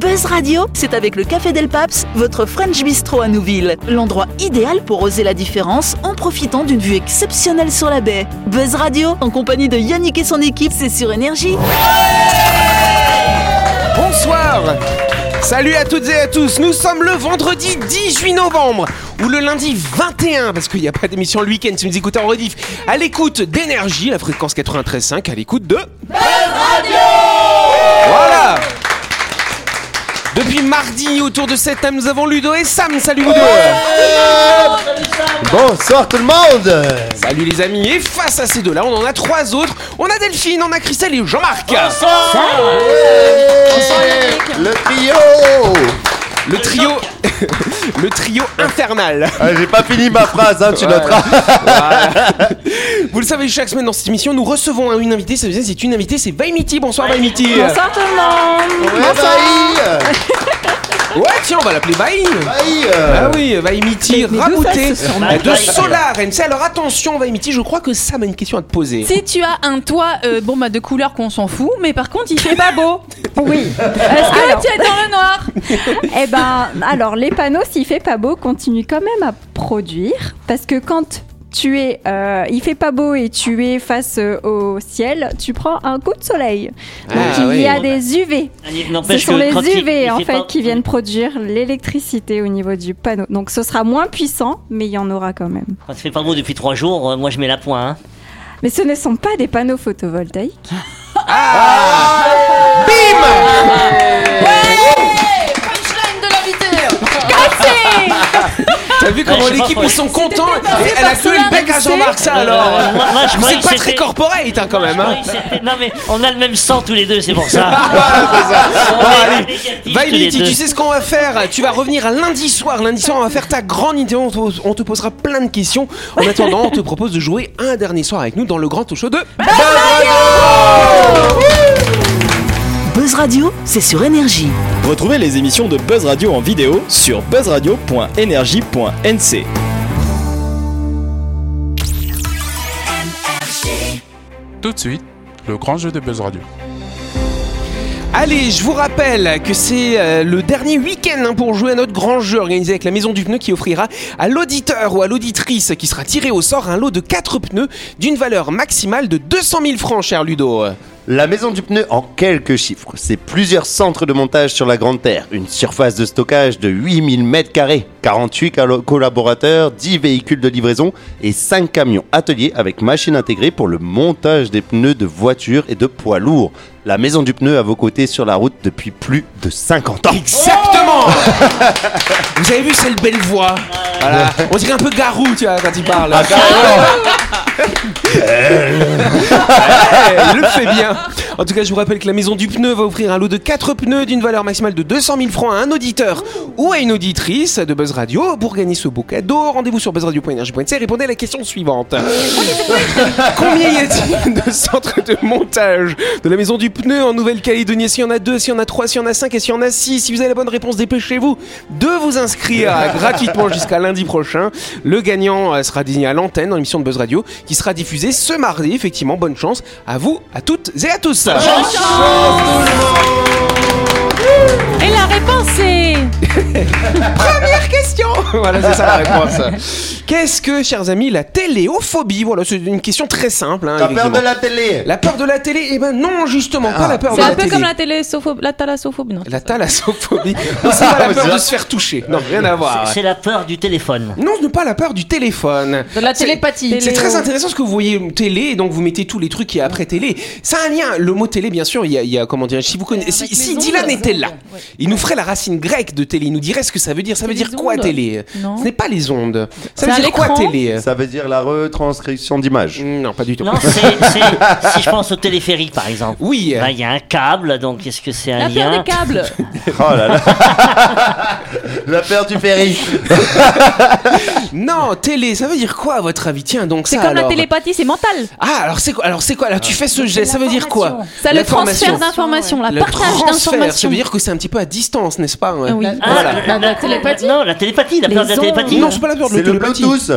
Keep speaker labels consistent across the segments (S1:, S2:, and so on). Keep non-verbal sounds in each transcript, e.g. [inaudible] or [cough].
S1: Buzz Radio, c'est avec le Café Del Paps, votre French Bistro à Nouville. L'endroit idéal pour oser la différence en profitant d'une vue exceptionnelle sur la baie. Buzz Radio, en compagnie de Yannick et son équipe, c'est sur Énergie.
S2: Bonsoir Salut à toutes et à tous, nous sommes le vendredi 18 novembre ou le lundi 21 parce qu'il n'y a pas d'émission le week-end si vous écoutez en rediff à l'écoute d'énergie, la fréquence 93.5 à l'écoute de... Voilà Depuis mardi, autour de cette table, nous avons Ludo et Sam. Salut Ludo
S3: Bonsoir tout le monde
S2: Salut les amis Et face à ces deux-là, on en a trois autres. On a Delphine, on a Christelle et Jean-Marc
S3: Le trio
S2: Le trio... [laughs] le trio infernal
S3: Ah, J'ai pas fini ma phrase, hein, tu noteras.
S2: Vous le savez, chaque semaine dans cette émission, nous recevons un- une invitée. Ça veut dire que c'est une invitée, c'est Vaimiti. Bonsoir Vaimiti
S4: Bonsoir tout le monde
S3: Ouais, Bahir.
S2: Ouais, tiens, on va l'appeler Vaim
S3: Bahir.
S2: Ah oui, Vaimiti,
S4: mais de
S2: rabouté
S4: face, ce sont
S2: de Solar MC. Alors attention Vaimiti, je crois que Sam a une question à te poser.
S4: Si tu as un toit euh, bon bah de couleur qu'on s'en fout, mais par contre il fait pas
S2: [laughs]
S4: beau.
S5: Oui.
S4: Est-ce que tu es dans le noir
S5: Eh ben, alors les panneaux, s'il fait pas beau, continuent quand même à produire parce que quand tu es, euh, il fait pas beau et tu es face euh, au ciel, tu prends un coup de soleil.
S2: Ah,
S5: Donc il y a
S2: oui.
S5: des UV. Ce
S6: N'empêche
S5: sont
S6: que
S5: les
S6: quand il-
S5: UV
S6: il
S5: en
S6: fait
S5: fait
S6: pas-
S5: qui viennent produire l'électricité au niveau du panneau. Donc ce sera moins puissant, mais il y en aura quand même.
S6: Quand il fait pas beau depuis trois jours, euh, moi je mets la pointe. hein.
S5: Mais ce ne sont pas des panneaux photovoltaïques.
S4: Punchline de l'invité
S2: T'as vu comment
S6: Ouais, je sais
S2: l'équipe
S6: pas,
S2: ils sont contents et elle a
S4: par
S2: cru le
S4: Solar
S2: bec à
S4: MC.
S2: Jean-Marc ça alors.
S6: Euh, moi- moi, je croyais
S2: C'est
S6: que
S2: pas très
S6: c'était-
S2: corporate hein, quand même.
S6: Je
S2: hein.
S6: croyais que c'était- Non mais on a le même sang tous les deux, c'est
S2: [laughs]
S6: pour ça. On
S2: Bon,
S6: est
S2: allez.
S6: négatifs tous les
S2: Vaimiti,
S6: deux.
S2: tu sais ce qu'on va faire Tu vas revenir à lundi soir. Lundi soir, on va faire ta grande interview. On te- On te posera plein de questions. En attendant, on te propose de jouer un dernier soir avec nous dans le grand talk show de.
S1: Buzz Radio, c'est sur Énergie.
S7: Retrouvez les émissions de Buzz Radio en vidéo sur buzzradio.energie.nc.
S8: Tout de suite, le grand jeu de Buzz Radio.
S2: Allez, je vous rappelle que c'est euh, le dernier week-end hein, pour jouer à notre grand jeu organisé avec la Maison du Pneu qui offrira à l'auditeur ou à l'auditrice qui sera tiré au sort un lot de 4 pneus d'une valeur maximale de 200 000 francs, cher Ludo.
S3: La maison du pneu en quelques chiffres. C'est plusieurs centres de montage sur la Grande Terre, une surface de stockage de 8000 mètres carrés, 48 calo- collaborateurs, 10 véhicules de livraison et 5 camions ateliers avec machines intégrées pour le montage des pneus de voitures et de poids lourds. La maison du pneu à vos côtés sur la route depuis plus de 50 ans.
S2: Exactement [laughs] Vous avez vu, c'est le belle voix. Voilà. On dirait un peu Garou, tu vois, quand il parle. Ouais, il le fait bien. En tout cas, je vous rappelle que la Maison du Pneu va offrir un lot de 4 pneus d'une valeur maximale de 200 000 francs à un auditeur ou à une auditrice de Buzz Radio. Pour gagner ce beau cadeau, rendez-vous sur buzzradio.energie.nc et répondez à la question suivante. Combien y a-t-il [laughs] de centres de montage de la Maison du Pneu en Nouvelle-Calédonie S'il y en a 2, s'il y en a 3, s'il y en a 5 et s'il y en a 6, si vous avez la bonne réponse, dépêchez-vous de vous inscrire gratuitement jusqu'à lundi prochain. Le gagnant euh, sera désigné à l'antenne dans l'émission de Buzz Radio qui sera diffusée ce mardi. Effectivement, bonne chance à vous, à toutes et à tous.
S4: Et la réponse c'est...
S2: question Voilà, c'est ça la réponse. Qu'est-ce que, chers amis, la téléophobie Voilà, c'est une question très simple. hein,
S3: T'as peur de
S2: effectivement.
S3: la télé
S2: La peur de la télé Eh ben non, justement, pas la peur de
S4: C'est
S2: Oh, bah, la
S4: un peu
S2: télé.
S4: comme la télé la thalassophobie, non
S2: La thalassophobie. Non, c'est pas la peur de se faire toucher. Non, rien à voir.
S6: C'est- C'est la peur du téléphone.
S2: Non, ce n'est pas la peur du téléphone.
S4: De la
S2: C'est-
S4: télépathie.
S2: C'est très intéressant ce que vous voyez une télé, et donc vous mettez tous les trucs qui y a après télé. Ça a un lien. Le mot télé, bien sûr, il y a, il y a, comment dire, si vous connaissez, si, si Dylan était là, il nous ferait la racine grecque de télé. Il nous dirait ce que ça veut dire. Ça
S4: C'est
S2: veut
S4: les
S2: dire quoi
S4: ondes.
S2: télé
S4: Non.
S2: Ce n'est pas les ondes.
S4: C'est
S2: Ça veut
S4: à
S2: dire quoi
S4: l'écran
S2: télé
S3: Ça veut dire la retranscription d'images.
S2: Non, pas du tout.
S6: Non, c'est
S2: [laughs]
S6: c'est- si je pense au téléphérique par exemple.
S2: Oui.
S6: Bah, Il y a un câble, donc est-ce que c'est un
S4: La peur
S6: lien
S4: des
S2: [laughs]
S4: câbles
S3: Oh là là [laughs] La peur du ferry
S2: Non, télé, ça veut dire quoi à votre avis Tiens, donc
S4: C'est
S2: ça
S4: comme la
S2: alors.
S4: télépathie, c'est mental
S2: Ah, alors c'est quoi Alors c'est quoi Là, tu fais ce geste, ça veut dire quoi
S4: Ça le
S2: L'information.
S4: transfert d'informations, la
S2: Le
S4: partage
S2: transfert, ça
S4: d'informations
S2: veut dire que c'est un petit peu à distance, n'est-ce pas ouais
S4: Ah oui.
S6: Ah,
S2: Voilà.
S6: la, la-
S4: télépathie
S6: Non, la télépathie, la peur de la
S5: ondes.
S6: télépathie.
S2: Non, c'est pas la peur de
S3: Ah, C'est le
S2: l'autopathie.
S3: Bluetooth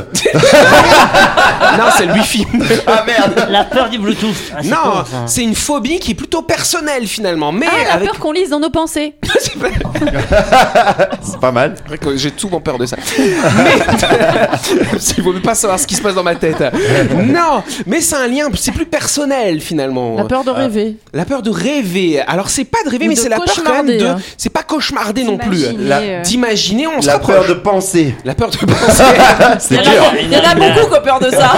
S2: Non, c'est le wifi.
S3: [laughs] Ah merde
S6: La peur du Bluetooth. Ah, c'est con,
S2: non,
S6: ça.
S2: c'est une phobie qui est plutôt personnelle finalement, mais
S4: Ah, la
S2: avec
S4: peur qu'on lise dans nos pensées
S3: [laughs]
S2: C'est pas-
S3: C'est pas mal.
S2: C'est vrai que j'ai souvent peur [laughs] de ça. Mais il vaut mieux pas savoir ce qui se passe dans ma tête. Non, mais c'est un lien, c'est plus personnel finalement.
S9: La peur de rêver.
S2: La peur de rêver. Alors c'est pas de rêver,
S9: Ou
S2: mais
S9: de
S2: c'est la peur quand même
S9: cauchemarder,
S2: de.
S9: hein.
S2: C'est pas cauchemarder non plus.
S4: T'imagines,
S3: La-
S4: euh,
S2: D'imaginer, on se
S3: La
S2: rapproche.
S3: peur de penser.
S2: La peur de penser.
S3: C'est
S9: Il y en
S3: dur.
S9: a- il y en a beaucoup qui ont peur de ça.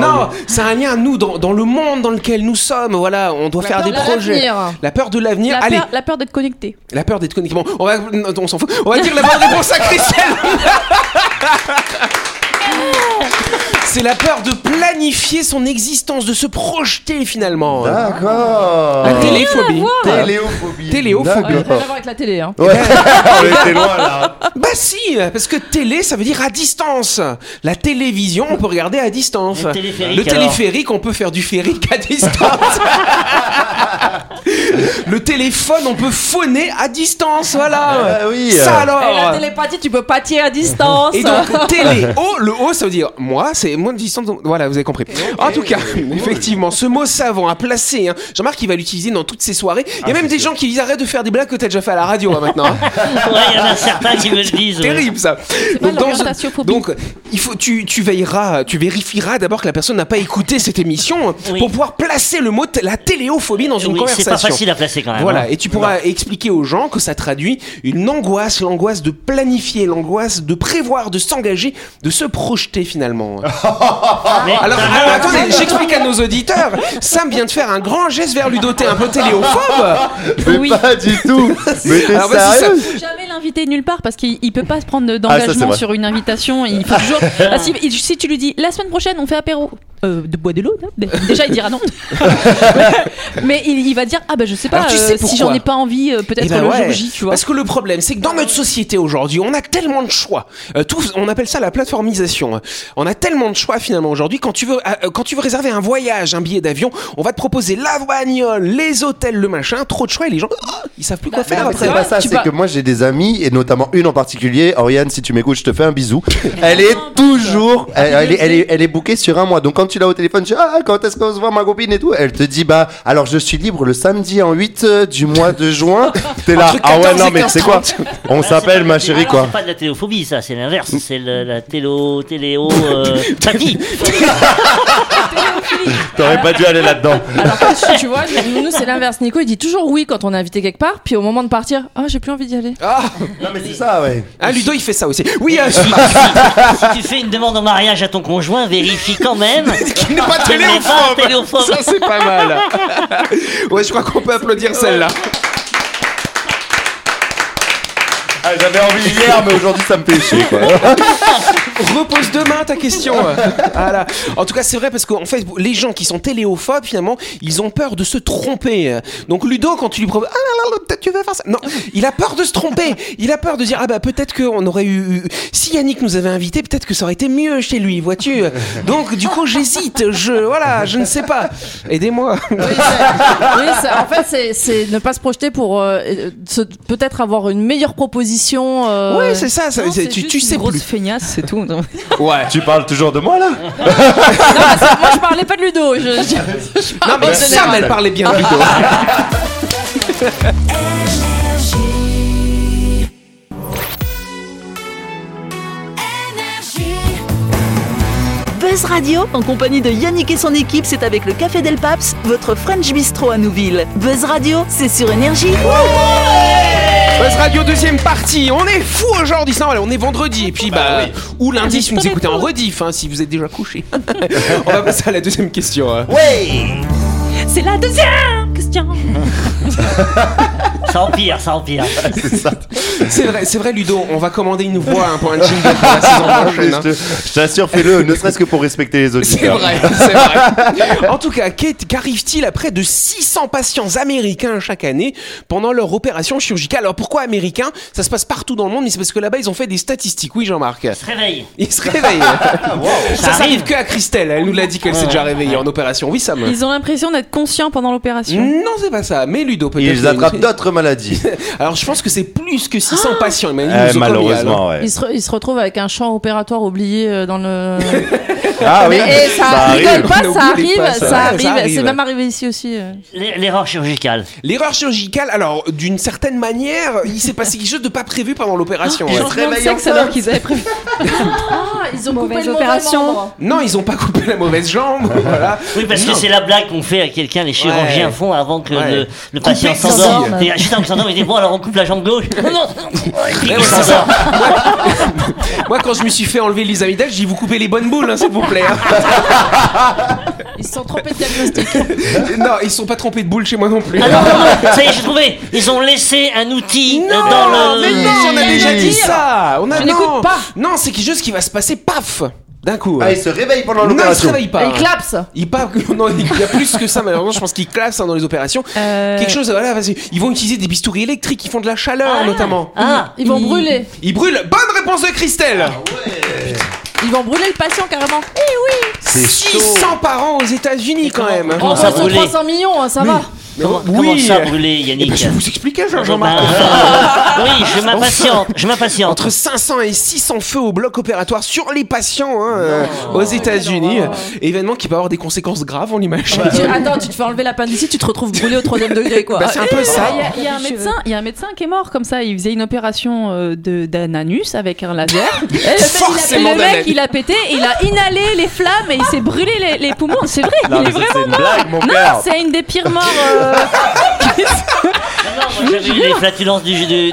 S2: non, c'est un lien nous dans, dans le monde dans lequel nous sommes. Voilà, on doit faire des
S9: peur de
S2: projets.
S9: l'avenir.
S2: La peur de l'avenir.
S4: la,
S2: [laughs] Allez,
S4: peur, la peur d'être connecté.
S2: la peur d'être connecté. Bon, on va, on s'en fout. On va dire la bonne réponse à Christelle. C'est la peur de planifier son existence, de se projeter finalement.
S3: Ah. D'accord.
S2: La téléphobie.
S3: Téléophobie.
S2: Téléophobie.
S9: Rien à
S3: D'accord.
S9: voir avec la télé. hein.
S3: [laughs] Ouais, on était loin là.
S2: Bah si, parce que télé, ça veut dire à distance. La télévision, on peut regarder à distance.
S6: Le téléphérique,
S2: Le
S6: alors
S2: téléphérique, on peut faire du férique à distance. Le téléphone, on peut phoner à distance, voilà.
S3: Ah oui.
S2: Ça
S9: Et la
S2: alors.
S9: télépathie, tu peux pâtir à distance.
S2: Et
S9: [laughs]
S2: donc télé haut, le haut ça veut dire moi, c'est moins de distance. donc- Voilà, vous avez compris. en tout cas, [laughs] effectivement, ce mot savant à placer. Hein, je remarque qu'il va l'utiliser dans toutes ses soirées. Il y a même des gens qui disent arrête de faire des blagues que t'as déjà fait à la radio hein, maintenant. hein.
S6: Ouais, il y en a certains qui me le disent. ouais.
S2: Terrible ça.
S4: pas
S2: dans-
S4: l'orientatiophobie.
S2: donc il faut tu, tu veilleras, tu vérifieras d'abord que la personne n'a pas écouté cette émission hein,
S6: Oui.
S2: pour pouvoir placer le mot t- la téléophobie dans une
S6: Oui, c'est
S2: conversation.
S6: pas facile à placer quand même. hein.
S2: Voilà, et tu pourras expliquer aux gens que ça traduit une angoisse, l'angoisse de planifier, l'angoisse de prévoir, de s'engager, de se projeter
S6: [laughs]
S2: finalement.
S6: Mais-
S2: Alors,
S6: Non,
S2: alors, attendez, j'explique à nos auditeurs. Sam vient de faire un grand geste vers Ludoté, un peu téléophobe.
S3: Mais
S4: Oui.
S3: pas du
S2: [laughs]
S3: tout. Mais t'es
S2: Alors, vas-y,
S3: sérieux
S4: Jamais l'inviter nulle part parce qu'il il peut pas se prendre
S3: Ah, ça, c'est
S4: d'engagement
S3: vrai.
S4: sur une invitation. Il faut
S2: [laughs]
S4: toujours. Ah, si, il- si tu lui dis la semaine prochaine on fait apéro euh, de bois de l'eau, là. déjà il
S2: [laughs]
S4: dira non. Mais il, il va dire ah bah je sais pas
S2: Alors, tu sais
S4: euh, si
S2: pourquoi
S4: j'en ai pas envie euh, peut-être
S2: Eh ben
S4: le
S2: ouais.
S4: jour J tu vois.
S2: Parce que le problème, c'est que dans notre société aujourd'hui, on a tellement de choix. Euh, tout, on appelle ça la plateformisation. On a tellement de choix finalement aujourd'hui. Quand tu veux, euh, quand tu veux réserver un voyage, un billet d'avion, on va te proposer la bagnole, les hôtels, le machin. Trop de choix et les gens, oh, ils savent plus quoi
S4: Bah,
S2: faire
S3: Non, mais
S2: après.
S3: c'est pas ça,
S9: tu
S3: c'est
S9: vas-
S3: que moi j'ai des amis, et notamment une en particulier, Oriane, si tu m'écoutes, je te fais
S2: [laughs]
S3: un bisou. Elle est
S2: Ah,
S3: toujours, elle, elle est, elle, est, elle est bookée sur un mois. Donc quand tu l'as au téléphone, tu dis Ah, quand est-ce qu'on se voit ma copine et tout Elle te dit Bah, alors je suis libre le samedi en 8 euh, du mois de
S2: [laughs]
S3: juin. T'es là,
S2: Entre
S3: ah ouais,
S2: 14
S3: non,
S2: et
S3: mais c'est quoi
S2: 15,
S3: On
S6: Alors, c'est
S3: s'appelle ma
S6: pas de la télé-
S3: chérie,
S6: alors,
S3: quoi.
S6: C'est pas de la téléphobie, ça, c'est l'inverse.
S2: Mm.
S6: C'est le- la télo, téléo,
S2: [laughs]
S6: euh, papy.
S3: T'aurais pas dû aller là-dedans.
S4: [laughs]
S9: Alors que tu- tu vois, nous, nous, c'est l'inverse. Nico il dit toujours oui quand on est invité quelque part, puis au moment de partir, ah j'ai plus envie d'y aller.
S2: Ah,
S3: Non, mais c'est ça, ouais.
S2: Ah, Ludo, il fait ça aussi. Oui, euh, celui
S6: Si tu fais une demande en mariage à ton conjoint, vérifie
S2: [laughs]
S6: quand même.
S2: qui
S4: [laughs]
S2: n'est
S4: Ah,
S2: pas
S6: Il n'est pas téléophobe.
S2: téléophobe. Ça, c'est pas mal. Ouais, je crois qu'on peut applaudir celle-là.
S3: Ah, J'avais envie hier, mais aujourd'hui ça me fait chier, quoi.
S2: Repose demain ta question. Voilà. En tout cas, c'est vrai parce qu'en fait, les gens qui sont téléophobes, finalement, ils ont peur de se tromper. Donc Ludo, quand tu lui proposes, ah là là, là, peut-être tu vas faire ça. Non, il a peur de se tromper. Il a peur de dire, ah bah peut-être qu'on aurait eu. Si Yannick nous avait invité, peut-être que ça aurait été mieux chez lui, vois-tu. Donc du coup, j'hésite. Je voilà, je ne sais pas. Aidez-moi. Ah.
S9: Oui, ça- en fait, c'est- c'est ne pas se projeter pour euh, euh, se- peut-être avoir une meilleure proposition. euh,
S2: Ouais, c'est ça. ça-
S4: Non,
S2: c'est-
S4: c'est
S2: tu,
S4: juste
S2: tu
S4: une
S2: sais
S4: grosse
S2: plus.
S4: feignasse c'est
S2: [laughs]
S4: tout. Non.
S2: Ouais.
S3: Tu parles toujours de moi là
S9: Non, mais ça- moi, Ah, je parlais pas de
S2: [laughs]
S9: Ludo. Je, je- je
S2: Non
S9: parlais
S2: Ah, mais
S9: en
S2: Sam,
S9: général.
S2: elle parlait bien de Ludo.
S1: Buzz Radio, en compagnie de Yannick et son équipe, c'est avec le Café Del Paps, votre French Bistro à Nouville. Buzz Radio, c'est sur Énergie.
S2: Buzz Radio deuxième partie, on est fou aujourd'hui, ça, voilà, on est vendredi et puis bah, ou lundi si vous nous écoutez en rediff, hein, si vous êtes déjà couché. [laughs] on va passer à la deuxième question. hein.
S4: C'est la deuxième question.
S6: Ça empire, ça empire.
S3: C'est ça.
S2: C'est vrai, c'est vrai Ludo, on va commander une voix hein, pour un jingle pour la saison
S3: Ah, mais
S2: prochaine.
S3: je
S2: hein.
S3: te- je t'assure, fais-le, ne serait-ce que pour respecter les
S2: C'est
S3: auditeurs.
S2: vrai, c'est vrai. [laughs] En tout cas, qu'est- qu'arrive-t-il à près de 600 patients américains chaque année pendant leur opération chirurgicale Alors pourquoi américains Ça se passe partout dans le monde, mais c'est parce que là-bas ils ont fait des statistiques. Oui, Jean-Marc.
S6: Se réveille.
S2: Il se réveille. Ça, ça arrive que à Christelle. Elle nous l'a dit qu'elle s'est déjà réveillée en opération. Oui, Sam.
S4: Ils ont l'impression d'être conscients pendant l'opération.
S2: Non, c'est pas ça. Mais Ludo, peut-être. qu'il y
S3: Ils
S2: a
S3: attrapent
S2: une-
S3: d'autres maladies.
S2: Alors, je pense que c'est plus que 600 patients. Emmanuel,
S3: Eh,
S2: nous ont commis, alors.
S3: malheureusement, ouais.
S2: [laughs]
S9: Il se, re- il se retrouve avec un champ opératoire oublié euh, dans le.
S3: Ah oui,
S9: Mais eh, ça,
S3: arrive.
S9: rigole pas,
S2: N'oubliez
S9: ça
S2: pas
S9: arrive,
S2: ça.
S9: ça,
S2: Ouais, ça
S9: arrive.
S2: arrive.
S9: C'est même arrivé ici aussi. euh.
S6: L'er- L'erreur chirurgicale.
S2: L'erreur chirurgicale, alors d'une certaine manière, il s'est passé quelque chose de pas prévu pendant l'opération. ouais.
S9: Genre, dans le sexe, alors qu'ils avaient
S2: [laughs]
S9: prévu. Ah, ils ont
S5: Mauvaise
S9: coupé le
S5: opération.
S9: mauvais membre.
S2: Non, ils ont pas coupé la mauvaise jambe, [laughs] voilà.
S6: Oui, parce
S2: Non.
S6: que c'est la blague qu'on fait à quelqu'un, les chirurgiens
S2: Ouais.
S6: font avant que
S2: Ouais.
S6: le, le patient
S2: Couper,
S6: s'endorme.
S9: s'endorme.
S6: Et euh, Juste avant qu'il s'endorme, il dit Bon, alors on coupe la jambe gauche. Non, non, Et puis,
S2: Ouais,
S6: il
S2: ouais, c'est
S6: s'endort.
S2: Moi, [laughs] quand je me suis fait enlever les amygdales, j'ai dit vous coupez les bonnes boules, hein, s'il vous plaît. hein.
S9: Ils se sont trompés de diagnostic.
S2: [laughs] non, ils sont pas trompés de boules chez moi non plus.
S6: Ah non, non, non, ça y est, j'ai trouvé. Ils ont laissé un outil euh,
S2: Non,
S6: dans le.
S2: mais non, on a
S9: il
S2: déjà
S9: allait
S2: dit
S9: dire.
S2: ça. On a
S9: Je
S2: non,
S9: n'écoute pas.
S2: non, c'est quelque chose qui va se passer, paf, d'un coup.
S3: Ah, il se réveille pendant
S2: non, il se
S3: l'opération.
S2: réveille pas. hein.
S9: Ils clapsent.
S2: Il part- non, il y a plus que ça malheureusement. Je pense qu'ils classent hein, dans les opérations. Quelque chose, voilà, vas-y. Ils vont utiliser des bistouris électriques qui font de la chaleur notamment.
S6: Ah,
S9: Ils vont brûler.
S2: Ils brûlent. Bonne réponse de Christelle.
S9: Ils vont brûler le patient carrément.
S3: C'est
S2: 600 par an aux États-unis quand même.
S6: Comment
S9: On
S6: ça
S9: sur
S6: brûler
S9: 300 millions, hein, ça va.
S6: comment,
S2: Oui.
S6: comment ça brûler,
S2: Eh ben,
S6: Yannick
S2: je vais vous expliquer,
S6: Ben,
S2: Jean-Jean.
S6: euh, Oui, je m'impatiente. Je m'impatiente.
S2: Entre 500 et 600 feux au bloc opératoire sur les patients hein, euh, aux États-Unis. Événement qui va avoir des conséquences graves, on l'imagine.
S9: Tu- Attends, tu te fais enlever la peine d'ici, tu te retrouves brûlé au troisième degré quoi.
S2: Bah, c'est un peu ça.
S4: Il y a- il y, a un médecin, il y a un médecin qui est mort comme ça. Il faisait une opération euh, de d'un anus avec un laser. Et
S2: [laughs]
S4: le, mec, il
S2: Forcément
S4: a, le
S2: d'un
S4: mec,
S2: anus.
S4: il a pété, et il a inhalé les flammes et il s'est brûlé les, les poumons. C'est vrai,
S3: Non,
S4: il
S3: mais
S4: est
S3: ça,
S4: vraiment
S3: c'est une blague, mon
S4: Non,
S3: père.
S4: c'est une des pires morts. euh,
S6: Non, moi, J'avais eu les flatulences du, du, du, du- du-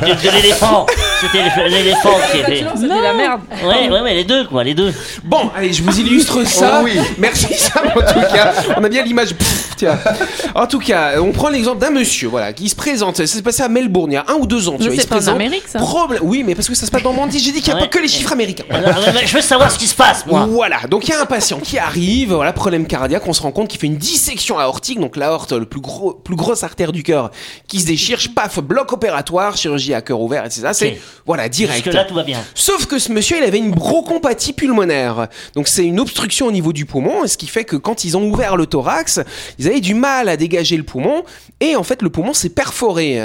S6: de l'éléphant. C'était le- l'éléphant qui était.
S9: Sinon, c'était la merde.
S6: Ouais, ouais, ouais, les deux, quoi, les deux.
S2: Bon, allez, je vous illustre ça.
S3: Oh oui.
S2: Merci Sam en tout cas. On a bien l'image. Pff, tiens. En tout cas, on prend l'exemple d'un monsieur, voilà, qui se présente. Ça s'est passé à Melbourne il y a un ou deux ans. Tu
S4: Mais
S2: vois, il
S4: c'est
S2: se
S4: pas en
S2: présente.
S4: Amérique, ça.
S2: Problème. Oui, mais parce que ça se passe dans le monde. J'ai dit qu'il n'y a
S6: Ouais.
S2: pas que les chiffres américains.
S6: Alors, ouais, mais je veux savoir ce qui se passe, moi.
S2: Voilà, donc il y a un patient qui arrive, voilà, problème cardiaque, on se rend compte qu'il fait une dissection aortique, donc l'aorte, le plus gros, plus grosse artère du cœur, qui se déchire, paf, bloc opératoire, chirurgie à cœur ouvert, etc. C'est,
S6: Ok.
S2: voilà, direct.
S6: Jusque-là, tout va bien.
S2: Sauf que ce monsieur, il avait une bronchopathie pulmonaire. Donc c'est une obstruction au niveau du poumon, ce qui fait que quand ils ont ouvert le thorax, ils avaient du mal à dégager le poumon, et en fait le poumon s'est perforé.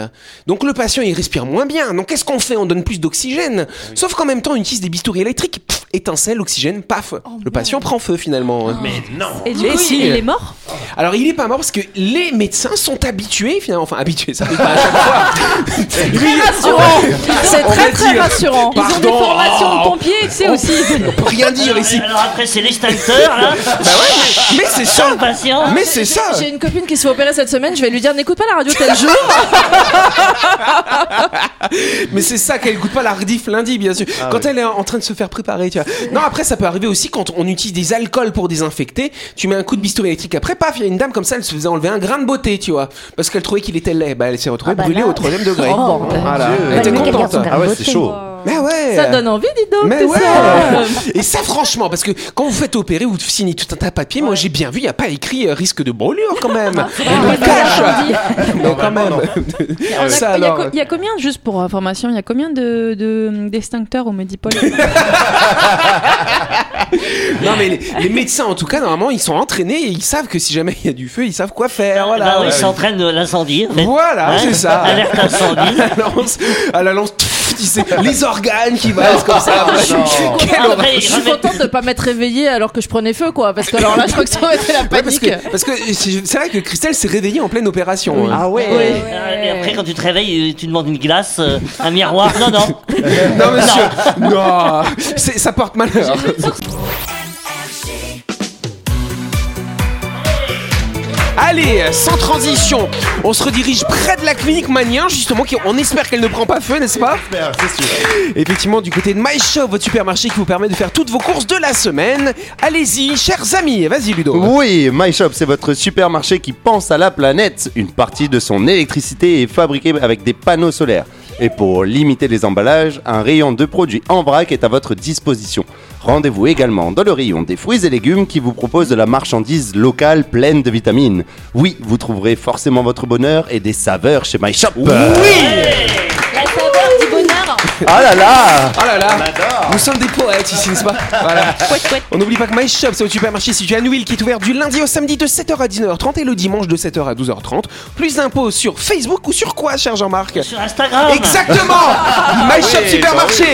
S2: Donc le patient, il respire moins bien. Donc qu'est-ce qu'on fait On donne plus d'oxygène. Sauf qu'en même temps, on utilise des bistouris électriques, Pff, étincelle, oxygène, paf. le patient prend feu finalement.
S6: Mais non.
S4: Et du
S2: Mais
S4: coup,
S2: si.
S4: il, il est mort.
S2: Alors il est pas mort parce que les médecins sont habitués finalement, enfin habitués, ça arrive pas à chaque fois. Lui-
S9: C'est
S2: Oh, On va
S9: très très
S2: dire.
S9: rassurant.
S2: Pardon.
S4: Ils ont des formations de
S2: Oh.
S4: pompiers, tu sais aussi.
S2: On peut rien dire ici.
S6: Ah, Alors après, c'est l'extincteur,
S2: [laughs]
S6: là.
S2: Bah ouais, mais, mais c'est ça.
S6: Le patient.
S2: Mais c'est ça.
S9: J'ai une copine qui se fait opérer cette semaine, je vais lui dire n'écoute pas la radio tel jour.
S2: Mais c'est ça qu'elle goûte pas la rediff lundi, bien sûr. quand elle est en train de se faire préparer, tu vois. Non, après, ça peut arriver aussi quand on utilise des alcools pour désinfecter. Tu mets un coup de bistouri électrique après, paf, il y a une dame comme ça, elle se faisait enlever un grain de beauté, tu vois. Parce qu'elle trouvait qu'il était laid. Bah, elle s'est retrouvée brûlée au troisième degré. Voilà. Elle était contente.
S3: Ah ouais, c'est chaud.
S2: Mais ouais.
S9: Ça donne envie, dis donc.
S2: Mais
S9: tout
S2: ouais.
S9: ça.
S2: Et ça, franchement, parce que quand vous faites opérer ou signez tout un tas de papiers, moi j'ai bien vu, il n'y a pas écrit euh, risque de brûlure quand même. On le cache. Mais quand
S3: Ah,
S2: même. Ça
S4: il, y a,
S2: alors.
S4: co- il y a combien, juste pour information, il y a combien de, de- d'extincteurs au
S9: [laughs]
S4: Medipol
S2: Non mais les, les médecins en tout cas normalement ils sont entraînés et ils savent que si jamais il y a du feu ils savent quoi faire
S6: Bah
S2: voilà.
S6: oui, ils s'entraînent de l'incendie. en fait.
S2: Voilà,
S6: Ouais.
S2: c'est ça.
S6: [laughs] Alerte
S2: [laughs]
S6: incendie.
S2: À la lance, à la lance, pff, tu sais, les organes qui valent
S9: Ah,
S2: comme ça.
S9: Oh.
S3: Non.
S2: Quelle horreur.
S6: Après,
S9: Je
S6: ils
S9: suis
S6: remettent-
S9: contente de pas m'être réveillée alors que je prenais feu quoi, parce que alors là je crois que ça aurait été la
S2: Ouais, parce
S9: panique.
S2: que parce que c'est c'est vrai que Christelle s'est réveillée en pleine opération. hein.
S9: ouais.
S6: Ah, mais après, quand tu te réveilles, tu demandes une glace, euh, un miroir. Non, non.
S2: Non monsieur, non, C'est- ça porte malheur. Allez, sans transition, on se redirige près de la clinique Magnien, justement, qui, on espère qu'elle ne prend pas feu, n'est-ce pas
S3: euh, C'est sûr.
S2: Effectivement, du côté de My Shop, votre supermarché qui vous permet de faire toutes vos courses de la semaine. Allez-y, chers amis, vas-y Ludo.
S3: Oui, My Shop, c'est votre supermarché qui pense à la planète. Une partie de son électricité est fabriquée avec des panneaux solaires. Et pour limiter les emballages, un rayon de produits en vrac est à votre disposition. Rendez-vous également dans le rayon des fruits et légumes qui vous propose de la marchandise locale pleine de vitamines. Oui, vous trouverez forcément votre bonheur et des saveurs chez My Shop.
S9: La saveur du bonheur.
S3: Ah là là
S2: Oh là là, nous sommes des poètes ici, n'est-ce pas Voilà. On n'oublie pas que My Shop, c'est au supermarché situé à Nouville qui est ouvert du lundi au samedi de 7h à 19h30 et le dimanche de 7h à 12h30. Plus d'impôts sur Facebook ou sur quoi, cher Jean-Marc
S6: Sur Instagram.
S2: Exactement My Shop
S3: oui,
S2: Supermarché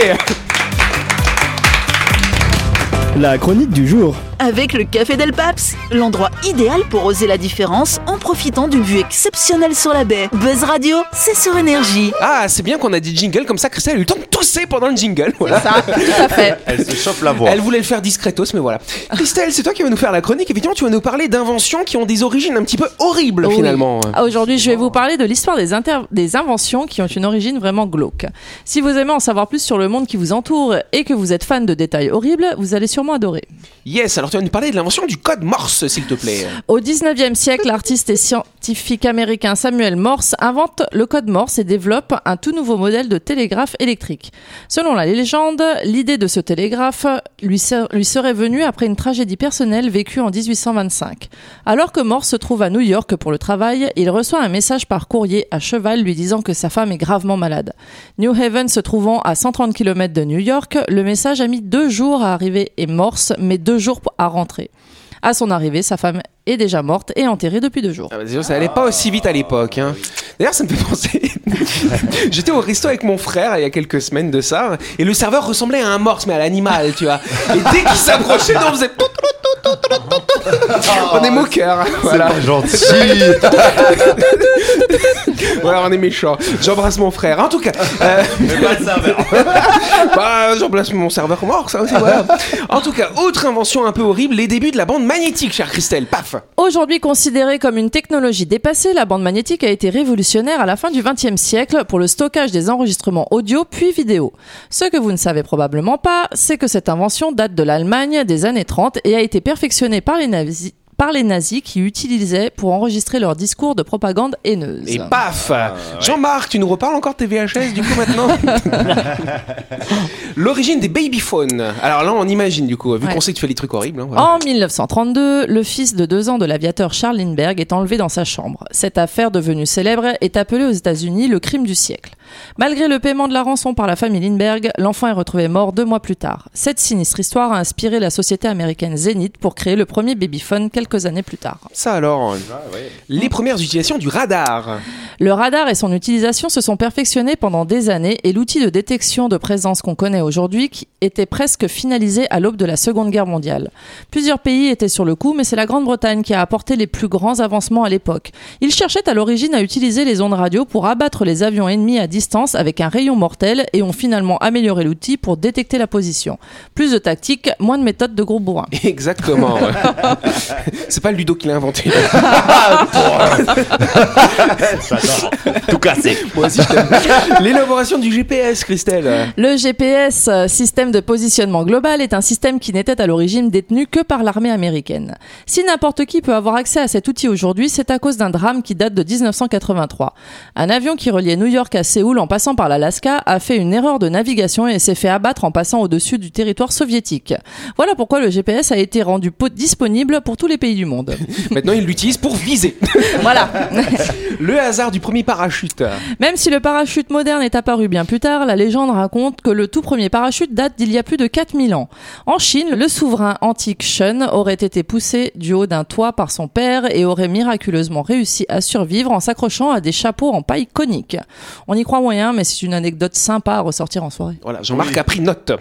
S7: La chronique du jour.
S1: Avec le Café Del Paps, l'endroit idéal pour oser la différence en profitant d'une vue exceptionnelle sur la baie. Buzz Radio, c'est sur énergie.
S2: Ah, c'est bien qu'on a dit jingle comme ça, Christelle a eu le temps de tousser pendant le jingle. Voilà.
S9: Ça, tout à fait.
S3: Elle se chauffe la voix.
S2: Elle voulait le faire discretos, mais
S9: [laughs]
S2: voilà. Christelle, c'est toi qui vas nous faire la chronique. Évidemment, tu vas nous parler d'inventions qui ont des origines un petit peu horribles,
S9: Oui.
S2: finalement.
S9: Ah, Aujourd'hui, je vais vous parler de l'histoire des, inter- des inventions qui ont une origine vraiment glauque. Si vous aimez en savoir plus sur le monde qui vous entoure et que vous êtes fan de détails horribles, vous allez sûrement adorer.
S2: Yes, alors tu vas nous parler de l'invention du code Morse, s'il te
S9: [laughs]
S2: plaît.
S9: Au 19e siècle, l'artiste et scientifique américain Samuel Morse invente le code Morse et développe un tout nouveau modèle de télégraphe électrique. Selon la légende, l'idée de ce télégraphe lui, ser- lui serait venue après une tragédie personnelle vécue en 1825. Alors que Morse se trouve à New York pour le travail, il reçoit un message par courrier à cheval lui disant que sa femme est gravement malade. New Haven se trouvant à 130 km de New York, le message a mis deux jours à arriver et Morse met deux jours à rentrer. À son arrivée, sa femme est déjà morte et enterrée depuis deux jours.
S2: Ah bah, c'est sûr, ça allait pas aussi vite à l'époque.
S9: Ah
S2: hein. D'ailleurs, ça me fait penser. [laughs] J'étais au resto avec mon frère il y a quelques semaines de ça, et le serveur ressemblait à un morse, mais à l'animal, tu vois. Et dès qu'il s'approchait, on faisait. tout, tout, tout, tout, tout, tout, tout.
S9: [laughs]
S2: on est moqueur. Voilà.
S3: C'est pas gentil.
S2: voilà, on est méchant. J'embrasse mon frère. En tout cas. euh, [laughs] bah, j'embrasse mon serveur morse, hein, aussi, voilà. En tout cas, autre invention un peu horrible les débuts de la bande magnétique, chère Christelle. Paf
S9: Aujourd'hui considérée comme une technologie dépassée, la bande magnétique a été révolutionnaire à la fin du XXe siècle pour le stockage des enregistrements audio puis vidéo. Ce que vous ne savez probablement pas, c'est que cette invention date de l'Allemagne des années 30 et a été perfectionnée par les nazis par les nazis qui utilisaient pour enregistrer leurs discours de propagande haineuse.
S2: Et paf Jean-Marc, tu nous reparles encore de tes VHS du coup maintenant L'origine des babyphones. Alors là, on imagine du coup, vu
S9: Ouais. Oh.
S2: qu'on sait que tu fais des trucs horribles. hein, voilà.
S9: En 1932, le fils de deux ans de l'aviateur Charles Lindbergh est enlevé dans sa chambre. Cette affaire devenue célèbre est appelée aux États-Unis le crime du siècle. Malgré le paiement de la rançon par la famille Lindbergh, l'enfant est retrouvé mort deux mois plus tard. Cette sinistre histoire a inspiré la société américaine Zenith pour créer le premier babyphone quelques années plus tard.
S2: Ça alors, les premières utilisations du radar. [laughs]
S9: Le radar et son utilisation se sont perfectionnés pendant des années et l'outil de détection de présence qu'on connaît aujourd'hui qui était presque finalisé à l'aube de la Seconde Guerre mondiale. Plusieurs pays étaient sur le coup, mais c'est la Grande-Bretagne qui a apporté les plus grands avancements à l'époque. Ils cherchaient à l'origine à utiliser les ondes radio pour abattre les avions ennemis à distance avec un rayon mortel et ont finalement amélioré l'outil pour détecter la position. Plus de tactique, moins de méthode de gros bourrin.
S2: Exactement. ouais. C'est pas Ludo qui l'a inventé.
S3: J'adore. Tout cassé.
S2: Moi aussi, je t'aime. [laughs] L'élaboration du GPS, Christelle.
S9: Le GPS, euh, système de positionnement global, est un système qui n'était à l'origine détenu que par l'armée américaine. Si n'importe qui peut avoir accès à cet outil aujourd'hui, c'est à cause d'un drame qui date de 1983. Un avion qui reliait New York à Séoul en passant par l'Alaska a fait une erreur de navigation et s'est fait abattre en passant au-dessus du territoire soviétique. Voilà pourquoi le GPS a été rendu po- disponible pour tous les pays du monde.
S2: Maintenant, ils l'utilisent pour viser.
S9: voilà.
S2: Le hasard du premier parachute.
S9: Même si le parachute moderne est apparu bien plus tard, la légende raconte que le tout premier parachute date d'il y a plus de 4000 ans. En Chine, le souverain antique Shun aurait été poussé du haut d'un toit par son père et aurait miraculeusement réussi à survivre en s'accrochant à des chapeaux en paille conique. On y croit moyen, mais c'est une anecdote sympa à ressortir en soirée.
S2: Voilà, Jean-Marc a pris note.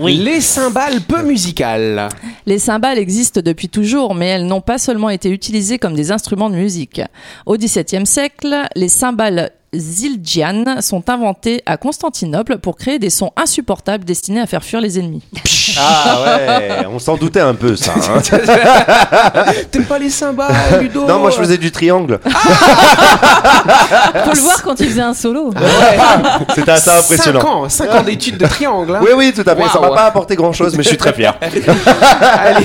S6: Oui.
S2: Les cymbales peu
S3: [laughs]
S2: musicales.
S9: Les cymbales existent depuis toujours, mais elles n'ont pas seulement été utilisées comme des instruments de musique. Au XVIIe siècle, les cymbales zildjian sont inventées à Constantinople pour créer des sons insupportables destinés à faire fuir les ennemis.
S3: Ah ouais, on s'en doutait un peu ça. hein.
S2: T'aimes pas les cymbales, Ludo
S3: Non, moi je faisais du triangle.
S4: Faut le voir quand il faisait un solo.
S3: [laughs] C'était assez
S2: Cinq
S3: Ah, impressionnant.
S2: ans, cinq ans d'études de triangle. hein.
S3: Oui, oui, tout à fait. Ça m'a
S2: Waouh.
S3: pas apporté grand chose, mais je suis très fier.
S2: Allez,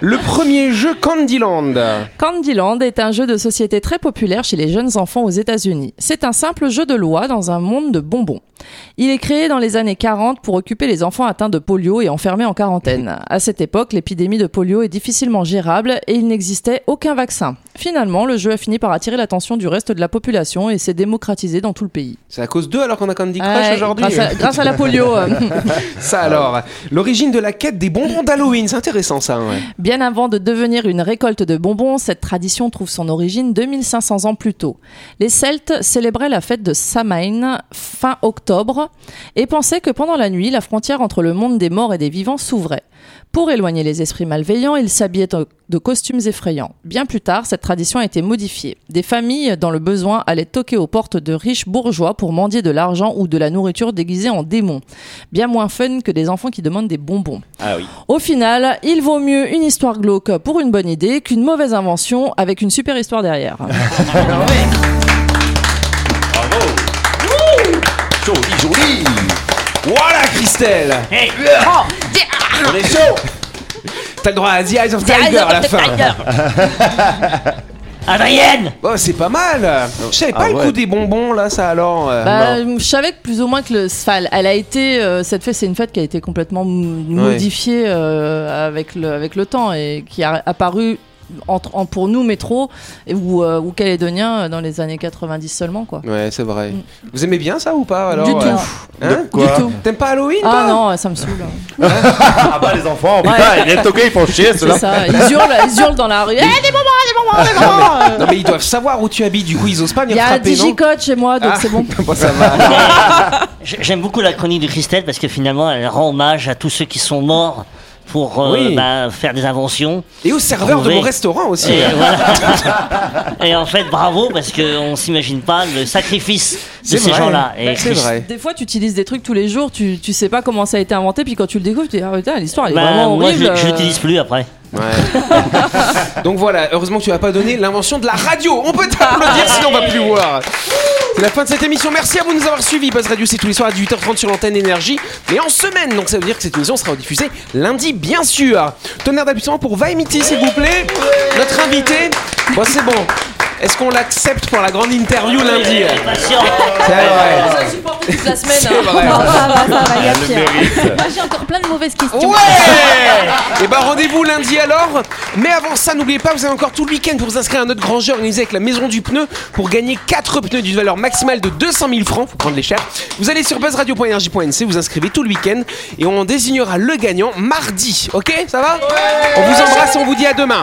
S2: le premier jeu Candyland.
S9: Candyland est un jeu de société très populaire chez les jeunes enfants aux États-Unis. C'est un simple jeu de loi dans un monde de bonbons. Il est créé dans les années 40 pour occuper les enfants atteints de polio et enfermés en quarantaine. À cette époque, l'épidémie de polio est difficilement gérable et il n'existait aucun vaccin. Finalement, le jeu a fini par attirer l'attention du reste de la population et s'est démocratisé dans tout le pays.
S2: C'est à cause d'eux alors qu'on a Candy Crush
S9: Ouais,
S2: aujourd'hui.
S9: grâce, à, grâce à la polio. euh.
S2: Ça alors. L'origine de la quête des bonbons d'Halloween, c'est intéressant ça. ouais.
S9: Bien avant de devenir une récolte de bonbons, cette tradition trouve son origine 2500 ans plus tôt. Les Celtes célébraient la fête de Samhain fin octobre. octobre et pensait que pendant la nuit, la frontière entre le monde des morts et des vivants s'ouvrait. Pour éloigner les esprits malveillants, ils s'habillaient de de costumes effrayants. Bien plus tard, cette tradition a été modifiée. Des familles dans le besoin allaient toquer aux portes de riches bourgeois pour mendier de l'argent ou de la nourriture déguisée en démons. Bien moins fun que des enfants qui demandent des bonbons.
S3: Ah oui.
S9: Au final, il vaut mieux une histoire glauque pour une bonne idée qu'une mauvaise invention avec une super histoire [laughs] derrière.
S3: Bravo. Joli, joli.
S2: Voilà, Christelle
S3: On est chaud.
S2: T'as le droit à The Eyes of Tiger à la fin.
S6: Adrienne
S2: Oh, c'est pas mal. Je savais pas
S3: Ah
S2: le
S3: ouais.
S2: coup des bonbons là, ça alors. euh,
S9: Bah, je savais que plus ou moins que le enfin, elle a été euh, cette fête, c'est une fête qui a été complètement m-
S2: Ouais.
S9: modifiée euh, avec le avec le temps et qui a apparu entre, en- pour nous métro et- ou, euh, ou calédonien euh, dans les années 90 seulement quoi.
S2: Ouais, c'est vrai.
S9: Mm.
S2: Vous aimez bien ça ou pas alors
S9: du
S2: euh,
S9: tout.
S2: hein
S3: Quoi
S9: Du tout.
S2: T'aimes pas Halloween
S9: Ah
S2: toi
S9: non, ça me saoule.
S3: Ah bah les enfants, putain, les toqués, ils font chier
S9: C'est
S3: ceux-là.
S9: ça. Ils hurlent, ils hurlent dans la rue. Eh, des bonbons, des bonbons, des bonbons.
S2: euh. Non mais ils doivent savoir où tu habites, du coup ils osent pas
S9: Il
S2: venir
S9: y a
S2: frapper, non
S9: Digicode chez moi, donc
S2: Ah.
S9: c'est bon.
S2: Bon, ça va.
S6: J- J'aime beaucoup la chronique de Christelle parce que finalement elle rend hommage à tous ceux qui sont morts pour euh,
S2: Oui.
S6: bah, faire des inventions.
S2: Et au serveur de
S6: Oui.
S2: mon restaurant aussi. hein.
S6: Et, voilà.
S2: [laughs]
S6: Et en fait, bravo parce qu'on s'imagine pas le sacrifice de
S2: C'est
S6: ces
S2: vrai.
S6: gens-là. Et
S2: C'est
S6: Christ-
S2: vrai.
S9: Des fois, tu utilises des trucs tous les jours, tu, tu sais pas comment ça a été inventé, puis quand tu le découvres, tu te dis Ah putain, l'histoire elle est
S6: Bah,
S9: vraiment
S6: moi,
S9: horrible.
S6: je,
S2: euh,
S6: je l'utilise plus après.
S2: Ouais. Donc voilà, heureusement que tu n'as pas donné l'invention de la radio. On peut t'applaudir sinon on va plus voir. C'est la fin de cette émission. Merci à vous de nous avoir suivis. Buzz Radio, c'est tous les soirs à 18h30 sur l'antenne Énergie. Mais en semaine, donc ça veut dire que cette émission sera rediffusée lundi, bien sûr. Tonnerre d'applaudissements pour Vaimiti, s'il vous plaît. Notre invité. Bon, c'est bon. Est-ce qu'on l'accepte pour la grande interview lundi
S6: Patient.
S2: C'est vrai.
S9: Ça supporte toute la semaine.
S4: [laughs]
S9: hein.
S2: vrai.
S5: Non, ça va, ça va, il y a pire.
S4: Moi, j'ai encore plein de mauvaises questions.
S2: Ouais Et ben rendez-vous lundi alors. Mais avant ça, n'oubliez pas, vous avez encore tout le week-end pour vous inscrire à notre grand jeu organisé avec la Maison du Pneu pour gagner 4 pneus d'une valeur maximale de 200 000 francs. Faut prendre les chers. Vous allez sur buzzradio.energie.nc, vous inscrivez tout le week-end et on désignera le gagnant mardi. Ok Ça va On vous embrasse, on vous dit à demain.